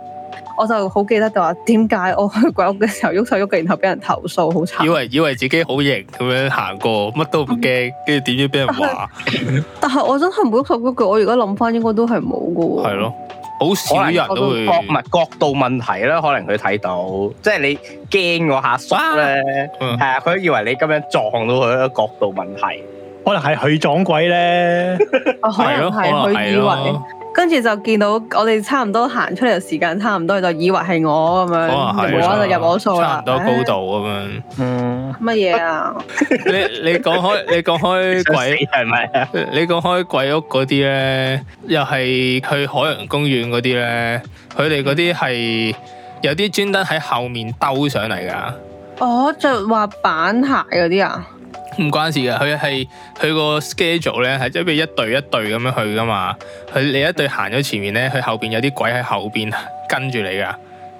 我就好記得就話點解我去鬼屋嘅時候喐手喐腳，然後俾人投訴，好
以
慘。
為以為自己好型咁樣行過，乜都唔驚，跟住點知俾人話
但係我真係冇喐手喐腳，我而家諗翻應該都係冇嘅喎。
係咯，好
可
少
能
人
角
都會
度角唔係角度問題啦，可能佢睇到，即係你驚嗰下縮咧，
嗯
係啊，佢以為你咁樣撞到佢啦，角度問題。
可能係佢撞鬼咧，
啊，可
係
能
咯，可
係
能
佢
係
以為
咯，，
跟住就見到我哋差唔多行出嚟嘅時間差唔多，就以為係我咁
可能
樣，
係啊
無啦啦就入我數
差
啦
唔。多高度咁樣。
嗯，
唉乜嘢啊？
你你講開你 講開鬼。
係咪啊？
呃你講開鬼屋嗰啲咧，又係去海洋公園嗰啲咧，佢哋嗰啲係有啲專登喺後面兜上嚟㗎，
我着滑哦板鞋嗰啲啊？
唔關事㗎。佢係佢個 schedule 咧係即係一隊一隊咁樣去㗎嘛。佢你一隊行咗前面咧，佢後邊有啲鬼喺後邊跟住你㗎，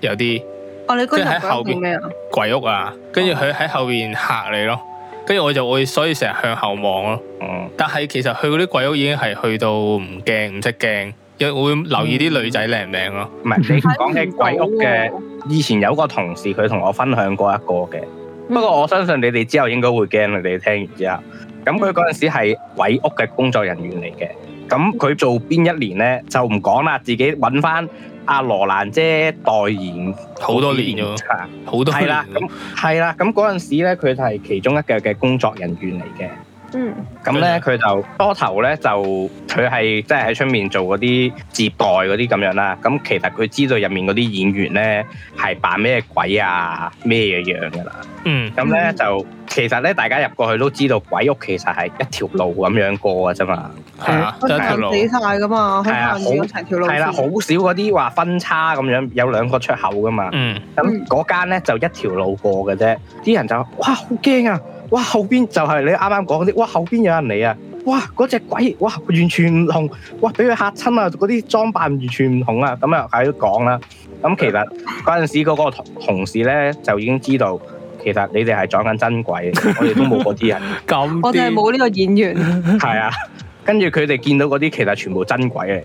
有啲
哦，你嗰
即係喺
日
後
後
邊
邊咩啊？
鬼屋啊，跟住佢喺後邊嚇你咯。跟住我就會，所以成日向後望咯。
嗯，
但係其實去嗰啲鬼屋已經係去到唔驚唔識驚，有我會留意啲女仔靚唔靚咯。
唔 係你講
睇
起
唔
鬼屋嘅
到，喎，
以前有個同事佢同我分享過一個嘅，
嗯
不過我相信你哋之後應該會驚啦，你哋聽完之後。咁
嗯
佢嗰陣時係鬼屋嘅工作人員嚟嘅，咁佢做邊一年咧就唔講啦，自己揾翻阿羅蘭姐代言
好多年咗
係啊
好多
係啦，
年
咁係啦，咁嗰陣時咧，佢係其中一個嘅工作人員嚟嘅。
嗯，
咁咧佢就多頭咧就佢係即係喺出面做嗰啲接待嗰啲咁樣啦。咁其實佢知道入面嗰啲演員咧係扮咩鬼啊咩嘢樣噶啦。
嗯
咁咧
嗯
就其實咧大家入過去都知道鬼屋其實係一條路咁樣過嘅啫嘛。
係啊，
佢
嗯
得一條路，
行死晒噶嘛，佢
係啊
行住成條路
係啦，好
線，
少嗰啲話分叉咁樣有兩個出口噶嘛。
嗯
嗯
咁嗰間咧就一條路過嘅啫，啲人就哇好驚啊！哇後邊就係你啱啱講嗰啲，哇後邊有人嚟啊！哇嗰只鬼，哇完全唔同，哇俾佢嚇親啊！嗰啲裝扮完全唔同啊！咁啊喺度講啦。咁其實嗰陣時嗰個同同事咧就已經知道，其實你哋係撞緊真鬼，我哋都冇嗰啲人。
咁
我哋係
啲
冇呢個演員，
係啊，跟住佢哋見到嗰啲其實全部真鬼嚟，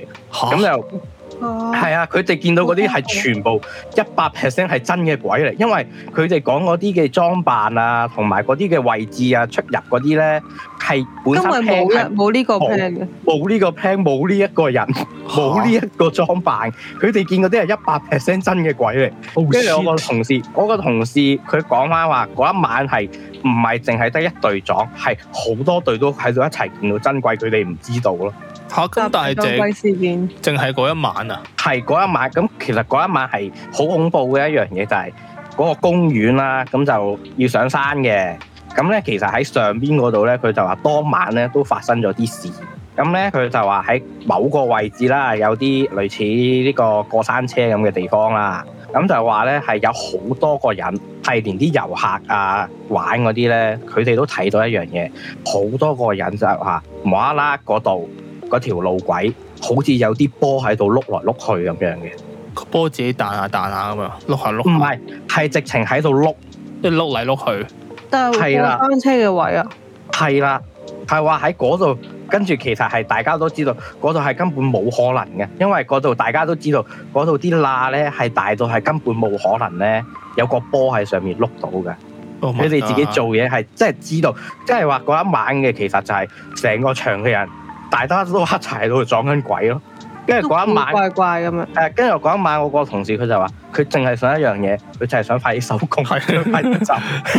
嚇
咁就。
係
係啊，佢哋見到嗰啲係全部一百 percent 係真嘅鬼嚟，因為佢哋講嗰啲嘅裝扮啊，同埋嗰啲嘅位置啊、出入嗰啲咧，係本
因
身
為冇
plan 係
人冇呢個
冇
plan 嘅，
冇呢個 plan，冇呢一個人，冇呢一個裝扮，佢哋見嗰啲係一百 percent 真嘅鬼嚟。
哦
跟住我個同事，我個同事佢講翻話嗰一晚係唔係淨係得一隊撞，係好多隊都喺度一齊見到真鬼，佢哋唔知道咯。
嚇咁，但係
集體
淨
鬼事件，
淨係嗰一晚啊，
係嗰一晚，咁其實嗰一晚係好恐怖嘅一樣嘢，就係、嗰個公園啦，咁就要上山嘅。咁咧，其實喺上邊嗰度咧，佢就話當晚咧都發生咗啲事。咁咧，佢就話喺某個位置啦，有啲類似呢個過山車咁嘅地方啦。咁就話咧係有好多個人，係連啲遊客啊玩嗰啲咧，佢哋都睇到一樣嘢，好多個人就話無啦啦嗰度嗰條路軌好似有啲波喺度碌來碌去咁樣嘅，
個波自己彈下彈下咁樣，碌下
唔
碌下，
係係直情喺度碌，
即係碌嚟碌去，
但係
係啦
過單車嘅位啊，
係啦，係話喺嗰度。跟住其實係大家都知道，嗰度係根本冇可能嘅，因為嗰度大家都知道，嗰度啲罅咧係大到係根本冇可能咧，有個波喺上面碌到嘅。
Oh my
佢哋自己
God
做嘢係真係知道，即係話嗰一晚嘅其實就係成個場嘅人，大家都一齊喺度撞緊鬼咯。跟住
都
嗰一
古
晚，
怪怪 咁樣，
誒，跟住嗰一晚我個同事佢就話，佢淨係想一樣嘢，佢就係想快啲收工，快啲走。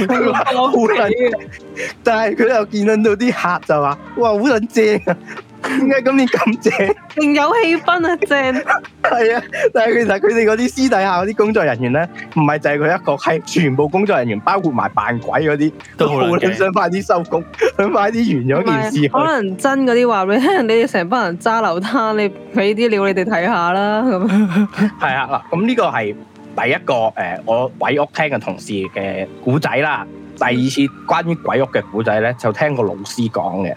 佢話好撚，但係佢又見到啲客就話，哇，好撚正啊！點解今年咁正？
勁有氣氛啊， 正，
係啊，但係其實佢哋嗰啲私底下嗰啲工作人員咧，唔係就係佢一個，係全部工作人員，包括埋扮鬼嗰啲，
都
都
好
好
撚驚
撚想快啲收工，想快啲完咗件事去
唔係。可能真嗰啲話俾你聽，你哋成班人揸流攤，你俾啲料你哋睇下啦，咁樣
係啊，嗱，咁呢個係第一個誒、呃我鬼屋聽嘅同事嘅古仔啦。第二次關於鬼屋嘅古仔咧，就聽個老師講嘅。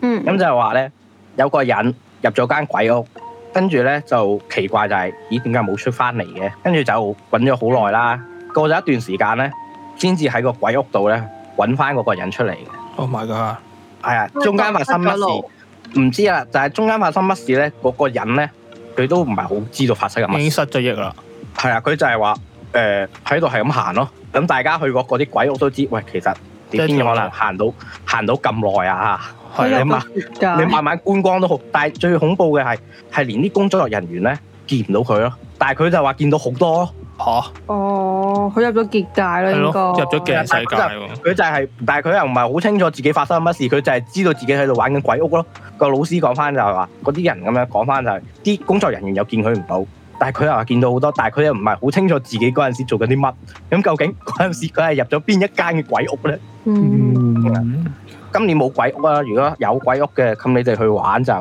嗯，
咁就係話咧，有個人入咗間鬼屋，跟住咧就奇怪就係、咦點解冇出翻嚟嘅？跟住就揾咗好耐啦，過咗一段時間咧，先至喺個鬼屋度咧揾翻嗰個人出嚟嘅。
，Oh my god，
係啊，中間發生乜事唔知啊，就係、中間發生乜事咧，嗰、個人咧佢都唔係好知道發生緊
已
乜
經
事。
失咗憶啦，
係啊，佢就係話誒喺度係咁行咯。咁大家去過嗰啲鬼屋都知，喂，其實你邊有可能行到行到咁耐啊？
我
係
有
啊，
個
嘛
設
你
計，
慢慢觀光都好，但係最恐怖嘅係係連啲工作人員咧見唔到佢咯，但係佢就話見到好多咯，
嚇
哦，佢入咗結界啦，
係
應該
咯，入咗鏡世界
但
喎，
佢就係、但係佢又唔係好清楚自己發生乜事，佢就係知道自己喺度玩緊鬼屋咯。個老師講翻就係話，嗰啲人咁樣講翻就係、啲工作人員又見佢唔到，但係佢又話見到好多，但係佢又唔係好清楚自己嗰陣時做緊啲乜。咁究竟嗰陣時佢係入咗邊一間嘅鬼屋咧？
嗯，
今年冇鬼屋啊！如果有鬼屋嘅，咁你哋去玩就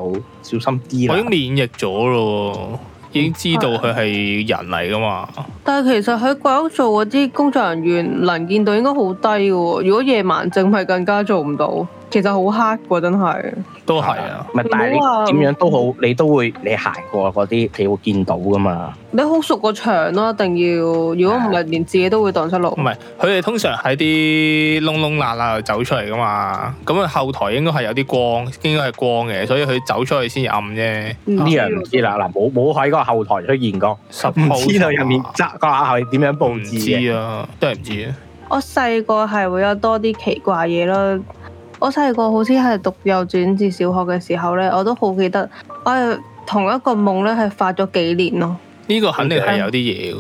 小心啲
我已
啦
經。免疫咗咯喎，已經知道佢係人嚟噶嘛，
但係其實喺鬼屋做嗰啲工作人員能見度應該好低嘅喎，如果夜晚淨係更加做唔到，其實好黑喎，真係。
都係啊，
唔係，但係
唔好話
你點樣都好，你都會你行過嗰啲，你會見到噶嘛。
你好熟個場咯，一定要。如果唔係，啊連自己都會蕩失路
唔。係佢哋通常喺啲窿窿罅罅度走出嚟噶嘛，咁佢後台應該係有啲光，應該係光嘅，所以佢走出去先至暗啫。
嗯呢
啊呢樣唔知啦，嗱冇冇喺個後台出現過，
十
唔知道入面 側個下係啊點樣佈
唔
置嘅。
知啊，真係唔知啊。
我細個係會有多啲奇怪嘢咯。我細個好似係讀幼稚園至小學嘅時候呢，我都好記得，我係同一個夢呢，係發咗幾年咯。
呢個肯定係有啲嘢嘅。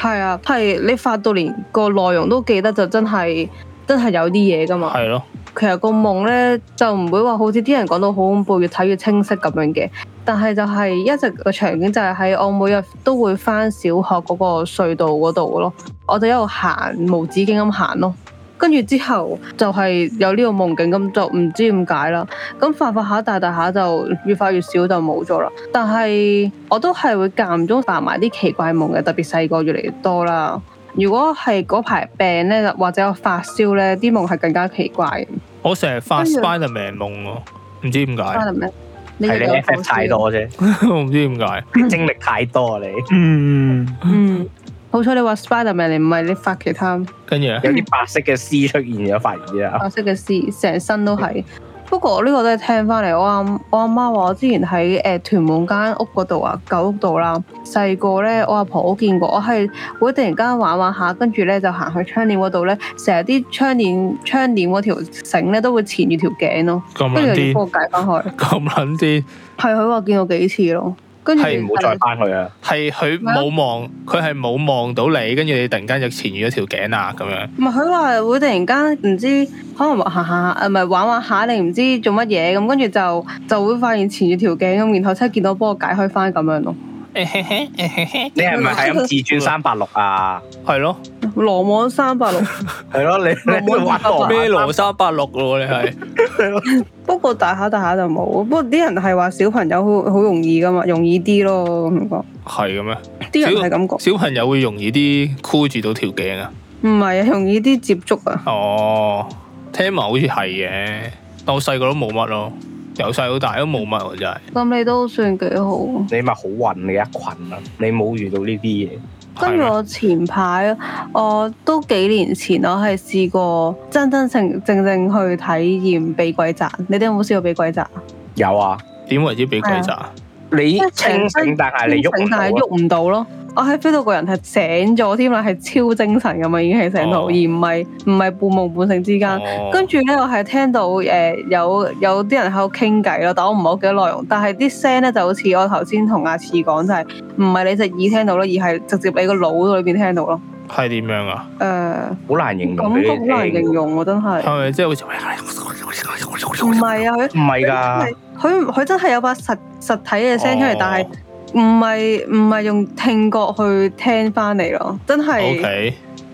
係啊，係你發到連個內容都記得，就真係真係有啲嘢噶嘛。啊
係咯，
其實個夢咧就唔會話好似啲人講到好恐怖，越睇越清晰咁樣嘅。但係就係一直個場景就係喺我每日都會翻小學嗰個隧道嗰度咯，我就一路行無止境咁行咯。跟住之後就係有呢個夢境，咁就唔知點解啦。咁發發下大大下就越發越少就冇咗啦。但係我都係會間唔中發埋啲奇怪夢嘅，特別細個越嚟越多啦。如果係嗰排病咧，或者我發燒咧，啲夢係更加奇怪嘅。
我成日發
跟住
Spiderman 夢喎，唔知點解，
係咩？你
係
又
你
有
F 太
多。
多啫，
我唔知點解。
精力太多啊你，
嗯，
嗯，好彩你話 Spiderman 你唔係你發其
啊
他
跟住咧
有啲白色嘅絲出現咗，發現咗啊，
白色嘅絲，成身都係。不過我呢個都係聽翻嚟，我阿我阿媽話我之前喺誒、呃屯門間屋嗰度啊，舊屋度啦，細個咧我阿婆都見過，我係會突然間玩玩下，跟住咧就行去窗簾嗰度咧，成日啲窗簾窗簾嗰條繩咧都會纏住條頸咯，
咁
跟
撚
住又要幫
癲，
我解翻開，
咁撚癲，
係佢話見過幾次咯，跟住
係唔好再翻去 啊，
係佢冇望，佢係冇望到你，跟住你突然間就纏住咗條頸啊咁樣。
唔係佢話會突然間唔知，可能行行下，唔係玩玩下，你唔知做乜嘢咁，跟住就就會發現纏住條頸咁，然後真係見到幫我解開翻咁樣咯。
你係咪係咁自轉三百六啊？
係咯，
羅網三百六，
係咯，你你都玩到
咩羅三八六咯，你係
不過大下大下就冇。不過啲人係話小朋友好好容易噶嘛，容易啲咯咁講。
係咁咩？
啲人
小
係咁講，
小朋友會容易啲箍住到條頸啊？
唔係啊，容易啲接觸啊。
哦，聽聞好似係嘅，但我細個都冇乜咯，由細到大都冇乜喎，真係。
咁你都算幾好。
你咪好運你一群啊！你冇遇到呢啲嘢，
跟
啊
住我前排，我都幾年前我係試過真真正正正去體驗被鬼砸。你哋有冇試過被鬼砸？
有啊！
點為之俾鬼砸？
你
即係
清醒，
成身
但係你喐唔到
清醒但係
啊，
喐唔到咯。我喺 feel 到個人係醒咗添啦，係超精神咁啊，已經係醒到，
哦
而唔係唔係半夢半醒之間。
哦
跟住咧，我係聽到誒、呃有有啲人喺度傾偈咯，但我唔係好記得內容。但係啲聲咧就好似我頭先同阿次講，就係唔係你隻耳聽到咯，而係直接你個腦裏邊聽到咯。
係點樣啊？
誒、
好難形容
感
俾
覺好難
嗯你
形
聽。
容喎，真係。
係咪即係好似
唔係啊，佢
唔係㗎
佢，佢佢真係有把實實體嘅聲出嚟，但係唔係唔係用聽覺去聽翻嚟咯，真
O
哦
係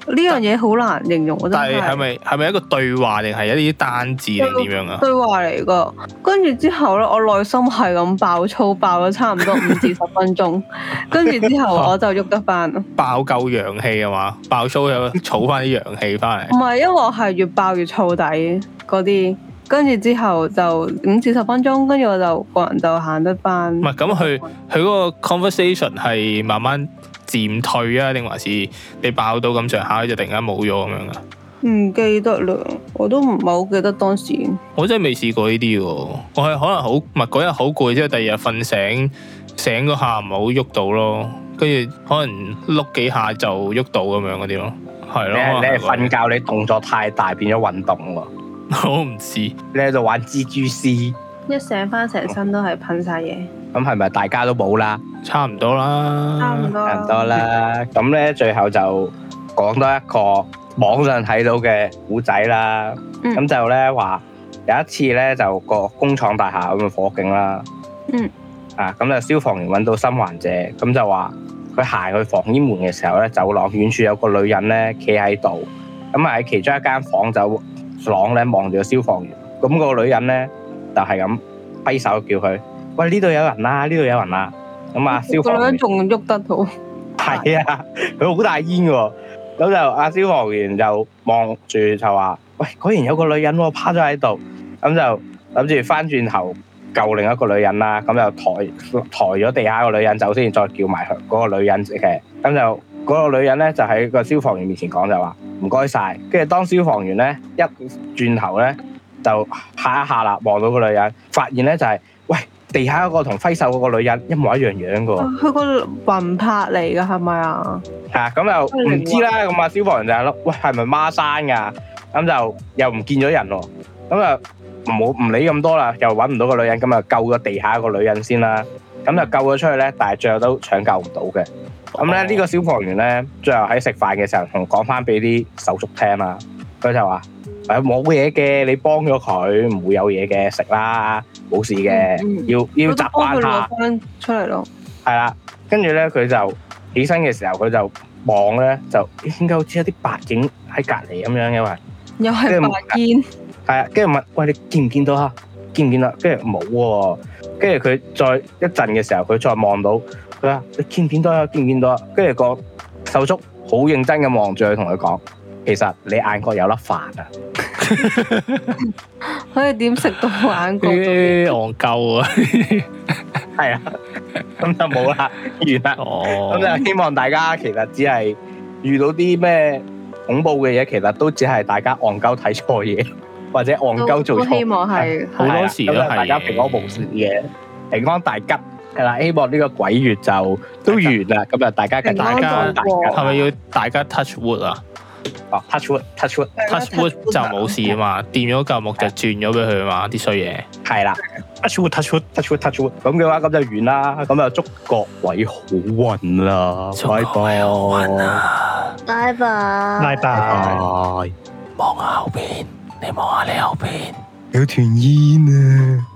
呢
K，
樣嘢好難形容，真
但係係
係。
咪係咪一個對話定係一啲單字定點樣啊？
對話嚟噶，跟住之後咧，我內心係咁爆粗，爆咗差唔 多五至十分鐘，跟住之後我就喐得翻。唔
爆夠陽氣啊嘛，爆粗有儲翻啲陽氣翻嚟。
係，因為我係越爆越燥底嗰啲，跟住之後就五至十分鐘，跟住我就個人就行得翻。
唔係咁，佢佢嗰個 conversation 係慢慢漸退啊，定還是你爆到咁上下就突然間冇咗咁樣啊？
唔記得啦，我都唔係好記得當時。
我真係未試過呢啲喎，我係可能好唔係嗰日好攰，之後第二日瞓醒醒嗰下唔係好喐到咯，跟住可能碌幾下就喐到咁樣嗰啲咯，係
你
咯。
係
可能
你係
係嗰啲
瞓覺，你動作太大變咗運動喎。
我唔知。
你喺度玩蜘蛛絲，
一醒翻，成身都係噴晒嘢，
咁係咪大家都冇啦？
差唔多啦，
差唔多
差唔多。啦。咁咧最後就講多一個網上睇到嘅古仔啦。
嗯
咁就咧話有一次咧就個工廠大廈咁嘅火警啦。
嗯。
啊，咁就消防員揾到生還者，咁就話佢行去防煙門嘅時候咧，走廊遠處有個女人咧企喺度，咁啊喺其中一間房走廊咧望住個消防員，咁、個女人咧就係咁揮手叫佢：喂，呢度有人啦、啊呢度有人啦、咁啊，消
哦個
防
女
員
人。仲喐得到，
係啊，佢好大煙喎。咁就阿消防員就望住就話：，喂，果然有個女人喎，趴咗喺度。咁就諗住翻轉頭救另一個女人啦。咁就抬抬咗地下個女人走先，再叫埋佢嗰個女人嘅。咁就嗰、個女人咧就喺個消防員面前講就話：唔該晒。跟住當消防員咧一轉頭咧就下一下啦，望到個女人，發現咧就係、喂地下嗰個同揮手嗰個女人一模一樣樣嘅喎。
佢個魂魄嚟㗎，係咪啊？
嚇咁又唔知啦，咁啊消防員就係咯，喂係咪孖生噶？咁就又唔見咗人喎，咁啊唔好唔理咁多啦，又揾唔到個女人，咁啊救咗地下個女人先啦，咁就救咗出去咧，但係最後都搶救唔到嘅。咁咧呢個 à. 消防員咧，最後喺食飯嘅時候同講翻俾啲手足聽啦，佢就話：誒冇嘢嘅，你幫咗佢唔會有嘢嘅，食啦，冇事嘅
嗯嗯，
要要習慣下。
攞翻出嚟咯。
係啦，跟住咧佢就起身嘅時候，佢就望咧就咦點解好似有啲白影喺隔離咁樣嘅話，
又
即
係
係
白煙，
係啊，跟住問喂你見唔見到啊？見唔見到？跟住冇喎，跟住佢再一陣嘅時候，佢再望到佢話你見唔見到啊？見唔見到啊？跟住個手足好認真咁望住佢，同佢講。其實你眼角有粒飯啊！
可以點食到 眼角？
啲戇鳩啊！
係啊，咁就冇啦，完啦。
哦，
咁就希望大家其實只係遇到啲咩恐怖嘅嘢，其實都只係大家戇鳩睇錯嘢， 或者戇鳩做
都
錯。
希望係
好多時都係
咁就大家平安無事嘅，平安大吉。係啦，希望呢個鬼月就都完啦，咁就大家嘅
平
安
度過
係咪要大家 touch wood 啊
哦 touch wood touch wood
？touch wood 就冇事啊嘛，掂咗嚿木就轉咗俾佢啊嘛，啲衰嘢。
係啦
touch wood touch wood，
touch wood touch wood 咁嘅話咁就完啦，咁就祝各位好運啦，
祝各
拜
位好運啊
拜，
拜
啊
拜。
拜拜。
拜。
望下後邊，你望下你後邊。
有團煙啊！